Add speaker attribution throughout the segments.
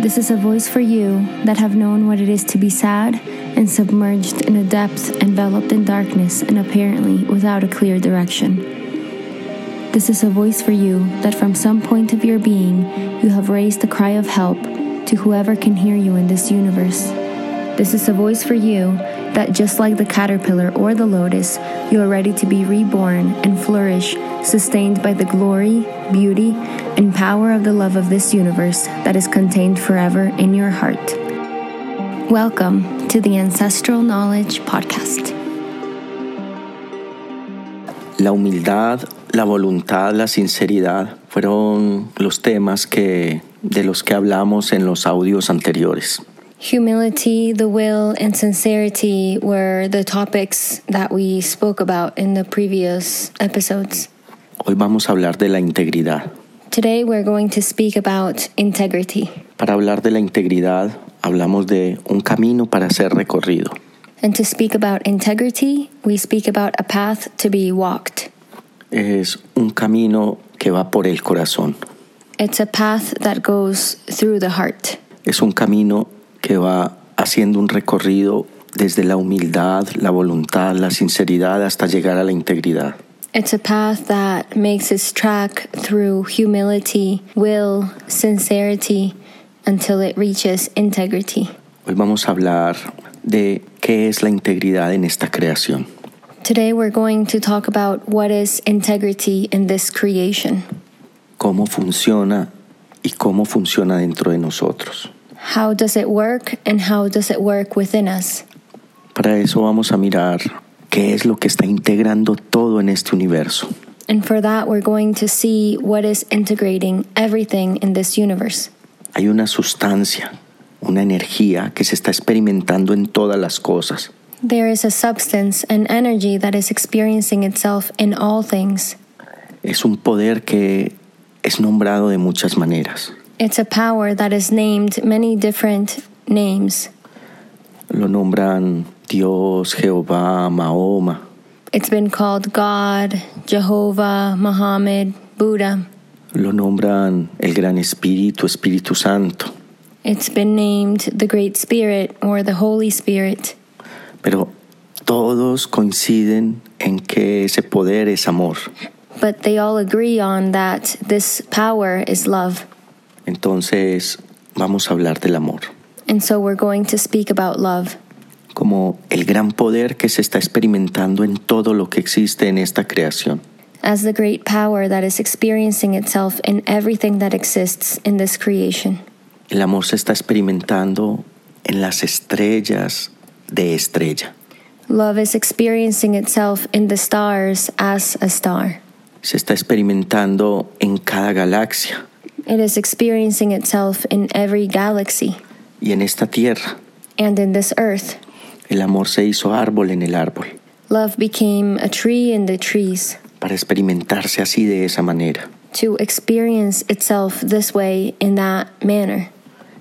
Speaker 1: This is a voice for you that have known what it is to be sad and submerged in a depth enveloped in darkness and apparently without a clear direction. This is a voice for you that from some point of your being you have raised the cry of help to whoever can hear you in this universe. This is a voice for you that just like the caterpillar or the lotus, you are ready to be reborn and flourish, sustained by the glory, beauty, and power of the love of this universe that is contained forever in your heart. Welcome to the Ancestral Knowledge Podcast.
Speaker 2: La humildad, la voluntad, la sinceridad fueron los temas que, de los que hablamos en los audios anteriores.
Speaker 1: Humility, the will, and sincerity were the topics that we spoke about in the previous episodes.
Speaker 2: Hoy vamos a hablar de la integridad.
Speaker 1: Today we're going to speak about integrity.
Speaker 2: Para hablar de la integridad hablamos de un camino para ser recorrido.
Speaker 1: And to speak about integrity, we speak about a path to be walked.
Speaker 2: Es un camino que va por el corazón.
Speaker 1: It's a path that goes through the heart.
Speaker 2: Es un camino que va haciendo un recorrido desde la humildad, la voluntad, la sinceridad hasta llegar a la integridad.
Speaker 1: It's a path that makes its track through humility, will, sincerity, until it reaches integrity.
Speaker 2: Hoy vamos a hablar de qué es la integridad en esta creación.
Speaker 1: Today we're going to talk about what is integrity in this creation,
Speaker 2: cómo funciona y cómo funciona dentro de nosotros.
Speaker 1: how does it work, and how does it work within us.
Speaker 2: Para eso vamos a mirar qué es lo que está integrando todo en este universo.
Speaker 1: And for that, we're going to see what is integrating everything in this universe.
Speaker 2: Hay una sustancia, una energía que se está experimentando en todas las cosas.
Speaker 1: There is a substance, an energy that is experiencing itself in all things.
Speaker 2: Es un poder que es nombrado de muchas maneras.
Speaker 1: It's a power that is named many different names.
Speaker 2: Lo nombran Dios, Jehová, Mahoma.
Speaker 1: It's been called God, Jehovah, Muhammad, Buddha.
Speaker 2: Lo nombran el Gran Espíritu, Espíritu Santo.
Speaker 1: It's been named the Great Spirit or the Holy Spirit.
Speaker 2: Pero todos coinciden en que ese poder es amor.
Speaker 1: But they all agree on that this power is love.
Speaker 2: Entonces vamos a hablar del amor
Speaker 1: And so we're going to speak about love
Speaker 2: como el gran poder que se está experimentando en todo lo que existe en esta creación.
Speaker 1: as the great power that is experiencing itself in everything that exists in this creation.
Speaker 2: El amor se está experimentando en las estrellas de estrella.
Speaker 1: Love is experiencing itself in the stars as a star.
Speaker 2: Se está experimentando en cada galaxia
Speaker 1: It is experiencing itself in every galaxy
Speaker 2: y en esta tierra.
Speaker 1: and in this earth.
Speaker 2: El amor se hizo árbol en el árbol
Speaker 1: Love became a tree in the trees
Speaker 2: para experimentarse así de esa manera.
Speaker 1: to experience itself this way in that manner.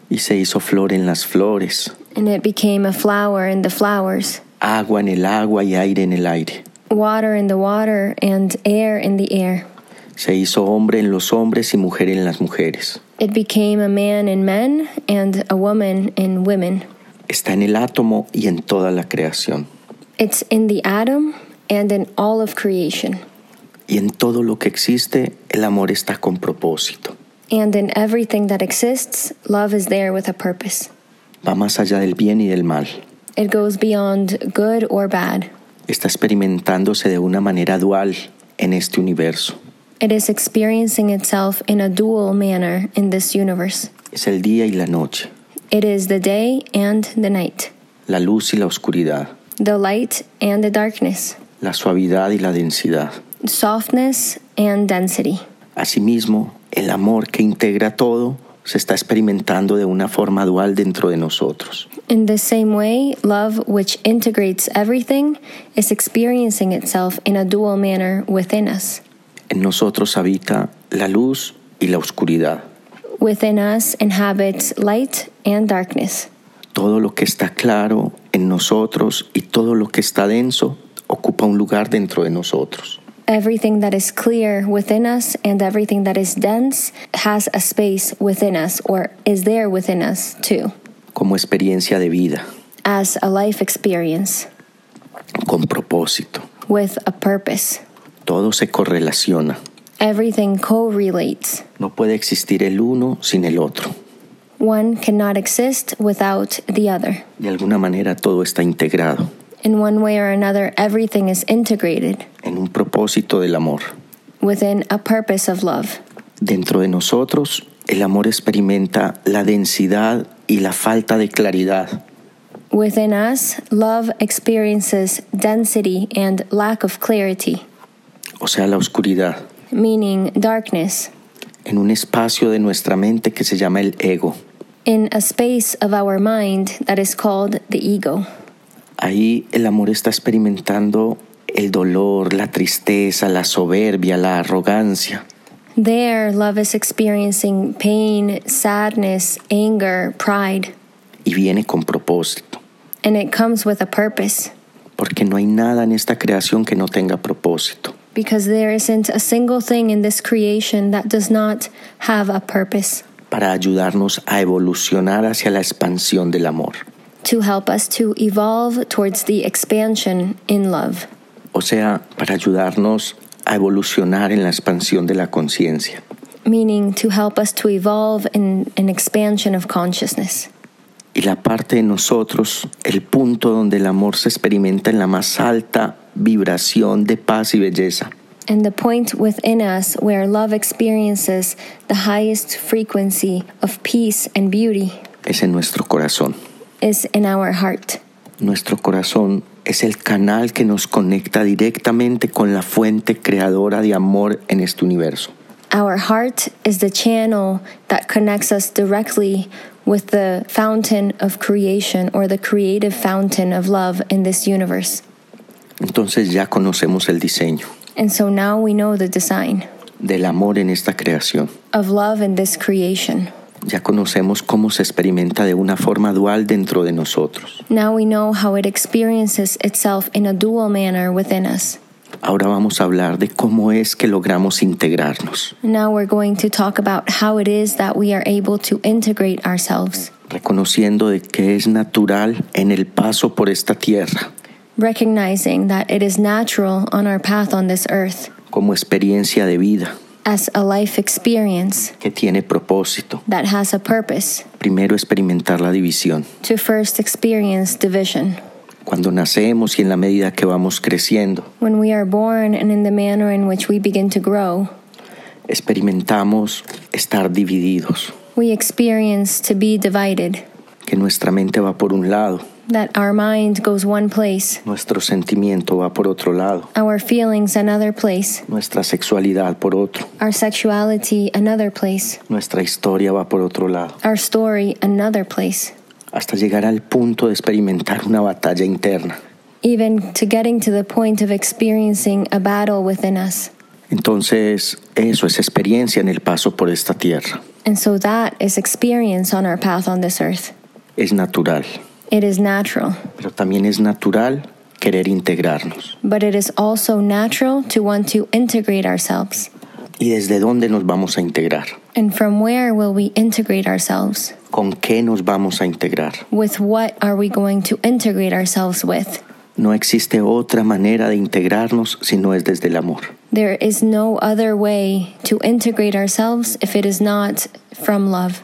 Speaker 2: Y se hizo flor en las flores,
Speaker 1: And it became a flower in the flowers,
Speaker 2: agua en el agua y aire en el aire.
Speaker 1: water in the water, and air in the air.
Speaker 2: Se hizo hombre en los hombres y mujer en las mujeres.
Speaker 1: It became a man in men and a woman in women.
Speaker 2: Está en el átomo y en toda la creación.
Speaker 1: It's in the atom and in all of creation.
Speaker 2: Y en todo lo que existe, el amor está con propósito.
Speaker 1: And in everything that exists, love is there with a purpose.
Speaker 2: Va más allá del bien y del mal.
Speaker 1: It goes beyond good or bad.
Speaker 2: Está experimentándose de una manera dual en este universo.
Speaker 1: It is experiencing itself in a dual manner in this universe.
Speaker 2: Es el día y la noche,
Speaker 1: It is the day and the night,
Speaker 2: la luz y la oscuridad,
Speaker 1: the light and the darkness,
Speaker 2: la suavidad y la densidad.
Speaker 1: softness and density.
Speaker 2: Asimismo, el amor que integra todo se está experimentando de una forma dual dentro de nosotros.
Speaker 1: In the same way, love, which integrates everything, is experiencing itself in a dual manner within us.
Speaker 2: En nosotros habita la luz y la oscuridad.
Speaker 1: Within us inhabits light and darkness.
Speaker 2: Todo lo que está claro en nosotros y todo lo que está denso ocupa un lugar dentro de nosotros.
Speaker 1: everything that is clear within us and everything that is dense has a space within us or is there within us too,
Speaker 2: como experiencia de vida,
Speaker 1: as a life experience
Speaker 2: con propósito.
Speaker 1: with a purpose.
Speaker 2: Todo se correlaciona.
Speaker 1: Everything correlates.
Speaker 2: No puede existir el uno sin el otro.
Speaker 1: One cannot exist without the other.
Speaker 2: De alguna manera todo está integrado
Speaker 1: In one way or another, everything is integrated
Speaker 2: en un propósito del amor.
Speaker 1: within a purpose of love.
Speaker 2: Dentro de nosotros, el amor experimenta la densidad y la falta de claridad.
Speaker 1: Within us, love experiences density and lack of clarity,
Speaker 2: o sea, la oscuridad,
Speaker 1: meaning darkness,
Speaker 2: en un espacio de nuestra mente que se llama el ego.
Speaker 1: in a space of our mind that is called the ego.
Speaker 2: Ahí el amor está experimentando el dolor, la tristeza, la soberbia, la arrogancia.
Speaker 1: There, love is experiencing pain, sadness, anger, pride,
Speaker 2: Y viene con propósito,
Speaker 1: and it comes with a purpose
Speaker 2: porque no hay nada en esta creación que no tenga propósito.
Speaker 1: because there isn't a single thing in this creation that does not have a purpose
Speaker 2: para ayudarnos a evolucionar hacia la expansión del amor.
Speaker 1: to help us to evolve towards the expansion in love.
Speaker 2: O sea, para ayudarnos a evolucionar en la expansión de la conciencia.
Speaker 1: meaning to help us to evolve in an expansion of consciousness.
Speaker 2: Y la parte de nosotros, el punto donde el amor se experimenta en la más alta vibración de paz y belleza.
Speaker 1: And the point within us where love experiences the highest frequency of peace and beauty
Speaker 2: es en nuestro corazón.
Speaker 1: is in our heart.
Speaker 2: Nuestro corazón es el canal que nos conecta directamente con la fuente creadora de amor en este universo.
Speaker 1: Our heart is the channel that connects us directly with the fountain of creation or the creative fountain of love in this universe.
Speaker 2: Entonces ya conocemos el diseño
Speaker 1: And so now we know the design
Speaker 2: del amor en esta creación.
Speaker 1: of love in this creation.
Speaker 2: Ya conocemos cómo se experimenta de una forma dual dentro de nosotros.
Speaker 1: Now we know how it experiences itself in a dual manner within us.
Speaker 2: Ahora vamos a hablar de cómo es que logramos integrarnos.
Speaker 1: Now we're going to talk about how it is that we are able to integrate ourselves,
Speaker 2: reconociendo de que es natural en el paso por esta tierra,
Speaker 1: recognizing that it is natural on our path on this earth
Speaker 2: como experiencia de vida
Speaker 1: as a life experience
Speaker 2: que tiene propósito.
Speaker 1: that has a purpose
Speaker 2: Primero experimentar la división.
Speaker 1: to first experience division.
Speaker 2: Cuando nacemos y en la medida que vamos creciendo,
Speaker 1: When we are born and in the manner in which we begin to grow,
Speaker 2: experimentamos estar divididos,
Speaker 1: we experience to be divided,
Speaker 2: que nuestra mente va por un lado,
Speaker 1: that our mind goes one place,
Speaker 2: nuestro sentimiento va por otro lado,
Speaker 1: our feelings another place,
Speaker 2: nuestra sexualidad por otro,
Speaker 1: our sexuality another place,
Speaker 2: nuestra historia va por otro lado,
Speaker 1: our story another place,
Speaker 2: hasta llegar al punto de experimentar una batalla interna.
Speaker 1: even to getting to the point of experiencing a battle within us.
Speaker 2: Entonces, eso es experiencia en el paso por esta tierra.
Speaker 1: And so that is experience on our path on this earth.
Speaker 2: Es natural,
Speaker 1: It is natural,
Speaker 2: pero también es natural querer integrarnos.
Speaker 1: but it is also natural to want to integrate ourselves.
Speaker 2: ¿Y desde dónde nos vamos a integrar?
Speaker 1: And from where will we integrate ourselves?
Speaker 2: ¿Con qué nos vamos a integrar?
Speaker 1: With what are we going to integrate ourselves with?
Speaker 2: No existe otra manera de integrarnos si no es desde el amor.
Speaker 1: There is no other way to integrate ourselves if it is not from love.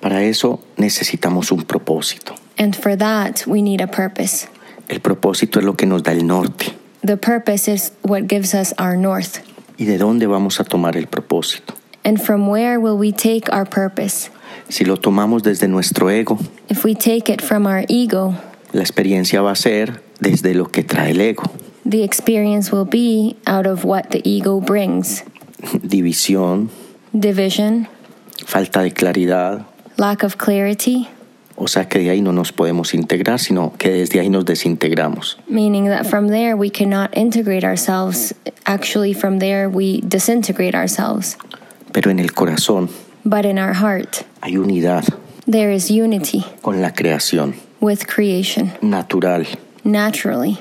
Speaker 2: Para eso necesitamos un propósito.
Speaker 1: And for that, we need a purpose.
Speaker 2: El propósito es lo que nos da el norte.
Speaker 1: The purpose is what gives us our north.
Speaker 2: ¿Y de dónde vamos a tomar el propósito?
Speaker 1: And from where will we take our purpose?
Speaker 2: Si lo tomamos desde nuestro ego,
Speaker 1: If we take it from our ego,
Speaker 2: la experiencia va a ser desde lo que trae el ego.
Speaker 1: the experience will be out of what the ego brings
Speaker 2: División,
Speaker 1: division,
Speaker 2: falta de claridad,
Speaker 1: lack of clarity,
Speaker 2: o sea que de ahí no nos podemos integrar, sino que desde ahí nos desintegramos.
Speaker 1: meaning that from there we cannot integrate ourselves. Actually, from there we disintegrate ourselves.
Speaker 2: Pero en el corazón
Speaker 1: But in our heart,
Speaker 2: hay unidad
Speaker 1: there is unity
Speaker 2: con la creación,
Speaker 1: with creation
Speaker 2: natural.
Speaker 1: naturally.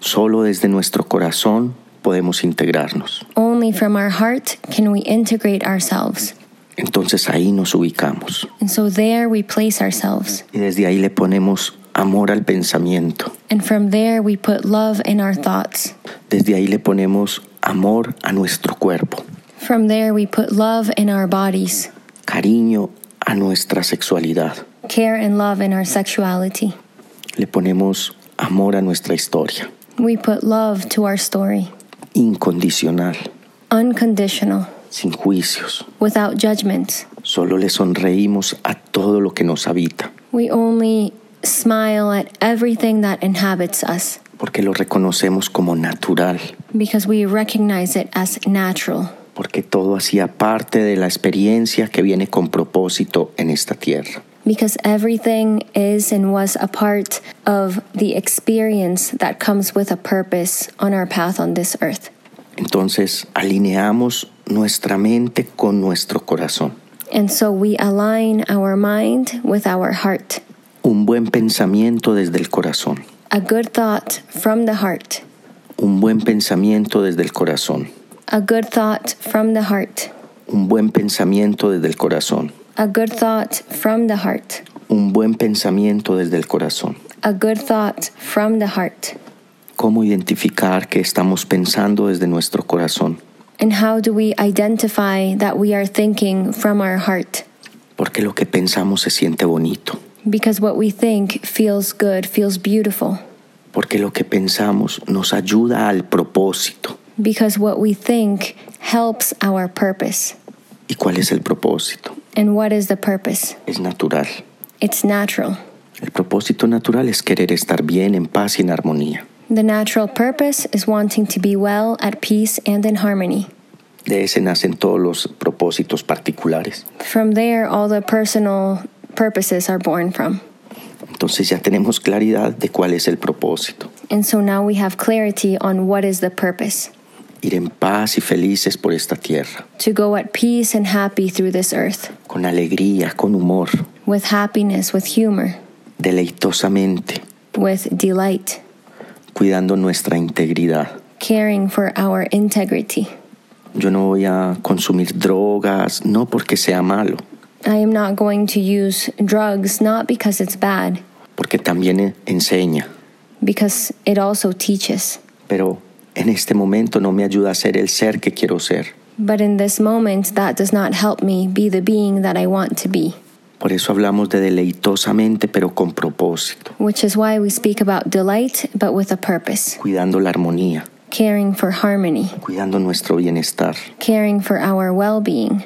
Speaker 2: Solo desde nuestro corazón podemos integrarnos.
Speaker 1: Only from our heart can we integrate ourselves.
Speaker 2: Entonces ahí nos ubicamos
Speaker 1: And so there we place ourselves.
Speaker 2: y desde ahí le ponemos amor al pensamiento,
Speaker 1: And from there we put love in our thoughts.
Speaker 2: desde ahí le ponemos amor a nuestro cuerpo,
Speaker 1: From there we put love in our bodies,
Speaker 2: cariño a nuestra sexualidad,
Speaker 1: care and love in our sexuality.
Speaker 2: le ponemos amor a nuestra historia,
Speaker 1: We put love to our story,
Speaker 2: incondicional,
Speaker 1: unconditional,
Speaker 2: sin juicios,
Speaker 1: without judgment.
Speaker 2: solo le sonreímos a todo lo que nos habita,
Speaker 1: We only smile at everything that inhabits us
Speaker 2: porque lo reconocemos como natural,
Speaker 1: because we recognize it as natural,
Speaker 2: porque todo hacía parte de la experiencia que viene con propósito en esta tierra.
Speaker 1: because everything is and was a part of the experience that comes with a purpose on our path on this earth.
Speaker 2: Entonces alineamos nuestra mente con nuestro corazón.
Speaker 1: And so we align our mind with our heart.
Speaker 2: Un buen pensamiento desde el corazón.
Speaker 1: A good thought from the heart.
Speaker 2: Un buen pensamiento desde el corazón.
Speaker 1: A good thought from the heart.
Speaker 2: Un buen pensamiento desde el corazón.
Speaker 1: A good thought from the heart.
Speaker 2: Un buen pensamiento desde el corazón.
Speaker 1: A good thought from the heart.
Speaker 2: ¿Cómo identificar que estamos pensando desde nuestro corazón?
Speaker 1: And how do we identify that we are thinking from our heart?
Speaker 2: Porque lo que pensamos se siente bonito.
Speaker 1: Because what we think feels good, feels beautiful.
Speaker 2: Porque lo que pensamos nos ayuda al propósito.
Speaker 1: Because what we think helps our purpose.
Speaker 2: ¿Y cuál es el propósito?
Speaker 1: And what is the purpose?
Speaker 2: Es natural.
Speaker 1: It's natural.
Speaker 2: El propósito natural es querer estar bien, en paz y en armonía.
Speaker 1: The natural purpose is wanting to be well, at peace, and in harmony.
Speaker 2: De ese nacen todos los propósitos particulares.
Speaker 1: From there, all the personal purposes are born from.
Speaker 2: Entonces ya tenemos claridad de cuál es el propósito.
Speaker 1: And so now we have clarity on what is the purpose
Speaker 2: Ir en paz y felices por esta tierra,
Speaker 1: to go at peace and happy through this earth,
Speaker 2: con alegría, con humor,
Speaker 1: with happiness, with humor,
Speaker 2: deleitosamente,
Speaker 1: with delight,
Speaker 2: cuidando nuestra integridad.
Speaker 1: caring for our integrity.
Speaker 2: Yo no voy a consumir drogas, no porque sea malo,
Speaker 1: I am not going to use drugs, not because it's bad,
Speaker 2: porque también e- enseña,
Speaker 1: because it also teaches.
Speaker 2: pero en este momento no me ayuda a ser el ser que quiero ser.
Speaker 1: But in this moment, that does not help me be the being that I want to be,
Speaker 2: Por eso hablamos de deleitosamente, pero con propósito,
Speaker 1: which is why we speak about delight, but with a purpose,
Speaker 2: cuidando la armonía,
Speaker 1: caring for harmony.
Speaker 2: cuidando nuestro bienestar.
Speaker 1: caring for our well being.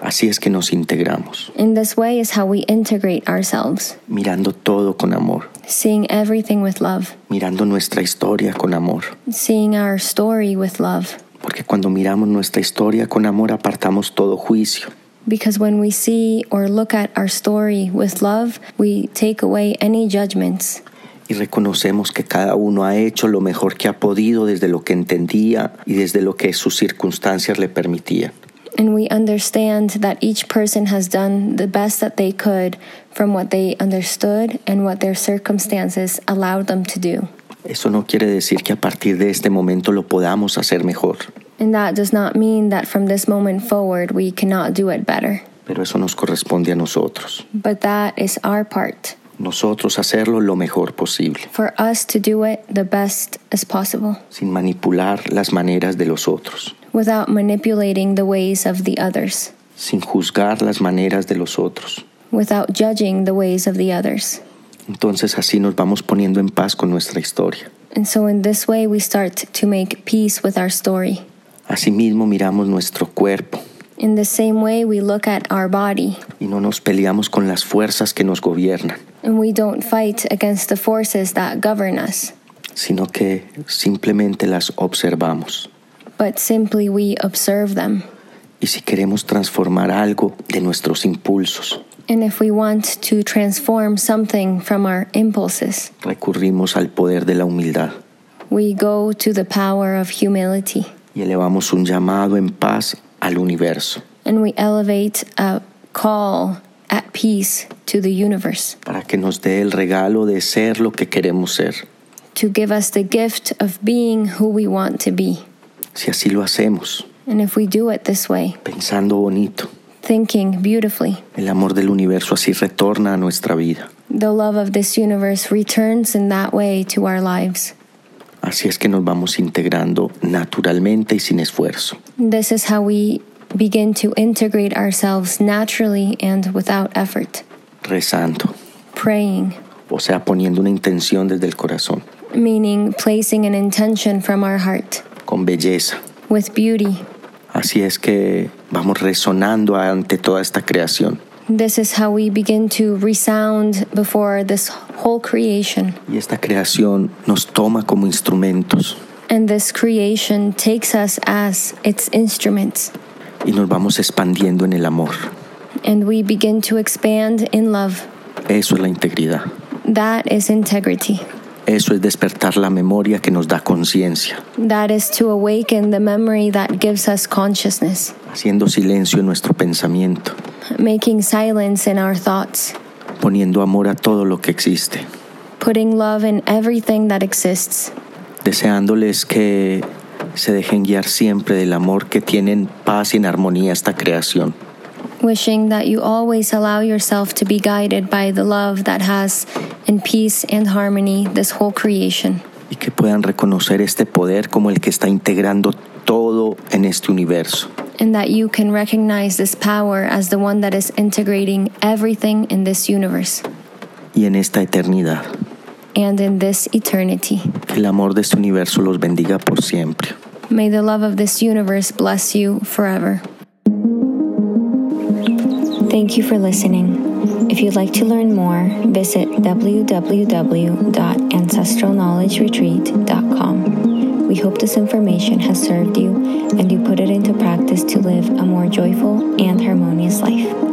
Speaker 2: Así es que nos integramos,
Speaker 1: In this way is how we integrate ourselves,
Speaker 2: mirando todo con amor,
Speaker 1: seeing everything with love,
Speaker 2: mirando nuestra historia con amor.
Speaker 1: seeing our story with love.
Speaker 2: Porque cuando miramos nuestra historia con amor apartamos todo juicio,
Speaker 1: Because when we see or look at our story with love, we take away any judgments
Speaker 2: y reconocemos que cada uno ha hecho lo mejor que ha podido desde lo que entendía y desde lo que sus circunstancias le permitían.
Speaker 1: and we understand that each person has done the best that they could from what they understood and what their circumstances allowed them to do.
Speaker 2: Eso no quiere decir que a partir de este momento lo podamos hacer mejor,
Speaker 1: And that does not mean that from this moment forward we cannot do it better,
Speaker 2: pero eso nos corresponde a nosotros.
Speaker 1: but that is our part.
Speaker 2: Nosotros hacerlo lo mejor posible,
Speaker 1: for us to do it the best as possible
Speaker 2: sin manipular las maneras de los otros,
Speaker 1: without manipulating the ways of the others,
Speaker 2: sin juzgar las maneras de los otros.
Speaker 1: without judging the ways of the others.
Speaker 2: Entonces así nos vamos poniendo en paz con nuestra historia.
Speaker 1: And so, in this way, we start to make peace with our story.
Speaker 2: Asimismo miramos nuestro cuerpo
Speaker 1: In the same way, we look at our body
Speaker 2: y no nos peleamos con las fuerzas que nos gobiernan,
Speaker 1: and we don't fight against the forces that govern us,
Speaker 2: sino que simplemente las observamos.
Speaker 1: but simply we observe them.
Speaker 2: Y si queremos transformar algo de nuestros impulsos,
Speaker 1: And if we want to transform something from our impulses,
Speaker 2: recurrimos al poder de la humildad
Speaker 1: we go to the power of humility.
Speaker 2: y elevamos un llamado en paz al universo
Speaker 1: and we elevate a call at peace to the universe
Speaker 2: para que nos dé el regalo de ser lo que queremos ser,
Speaker 1: to give us the gift of being who we want to be,
Speaker 2: si así lo hacemos,
Speaker 1: And if we do it this way,
Speaker 2: pensando bonito,
Speaker 1: thinking beautifully,
Speaker 2: el amor del universo así retorna a nuestra vida.
Speaker 1: the love of this universe returns in that way to our lives.
Speaker 2: Así es que nos vamos integrando naturalmente y sin esfuerzo.
Speaker 1: This is how we begin to integrate ourselves naturally and without effort.
Speaker 2: rezando,
Speaker 1: Praying,
Speaker 2: o sea, poniendo una intención desde el corazón,
Speaker 1: meaning placing an intention from our heart
Speaker 2: con belleza.
Speaker 1: with beauty.
Speaker 2: Así es que vamos resonando ante toda esta creación.
Speaker 1: This is how we begin to resound before this whole creation.
Speaker 2: Y esta creación nos toma como instrumentos
Speaker 1: And this creation takes us as its instruments.
Speaker 2: y nos vamos expandiendo en el amor.
Speaker 1: And we begin to expand in love.
Speaker 2: Eso es la integridad.
Speaker 1: That is integrity.
Speaker 2: Eso es despertar la memoria que nos da conciencia,
Speaker 1: That is to awaken the memory that gives us consciousness,
Speaker 2: haciendo silencio en nuestro pensamiento,
Speaker 1: making silence in our thoughts,
Speaker 2: poniendo amor a todo lo que existe,
Speaker 1: putting love in everything that exists,
Speaker 2: deseándoles que se dejen guiar siempre del amor que tiene en paz y en armonía esta creación.
Speaker 1: wishing that you always allow yourself to be guided by the love that has in peace and harmony this whole creation.
Speaker 2: y que puedan reconocer este poder como el que está integrando todo en este universo.
Speaker 1: And that you can recognize this power as the one that is integrating everything in this universe
Speaker 2: Y en esta eternidad,
Speaker 1: and in this eternity.
Speaker 2: que el amor de este universo los bendiga por siempre.
Speaker 1: May the love of this universe bless you forever. Thank you for listening. If you'd like to learn more, visit www.ancestralknowledgeretreat.com. We hope this information has served you and you put it into practice to live a more joyful and harmonious life.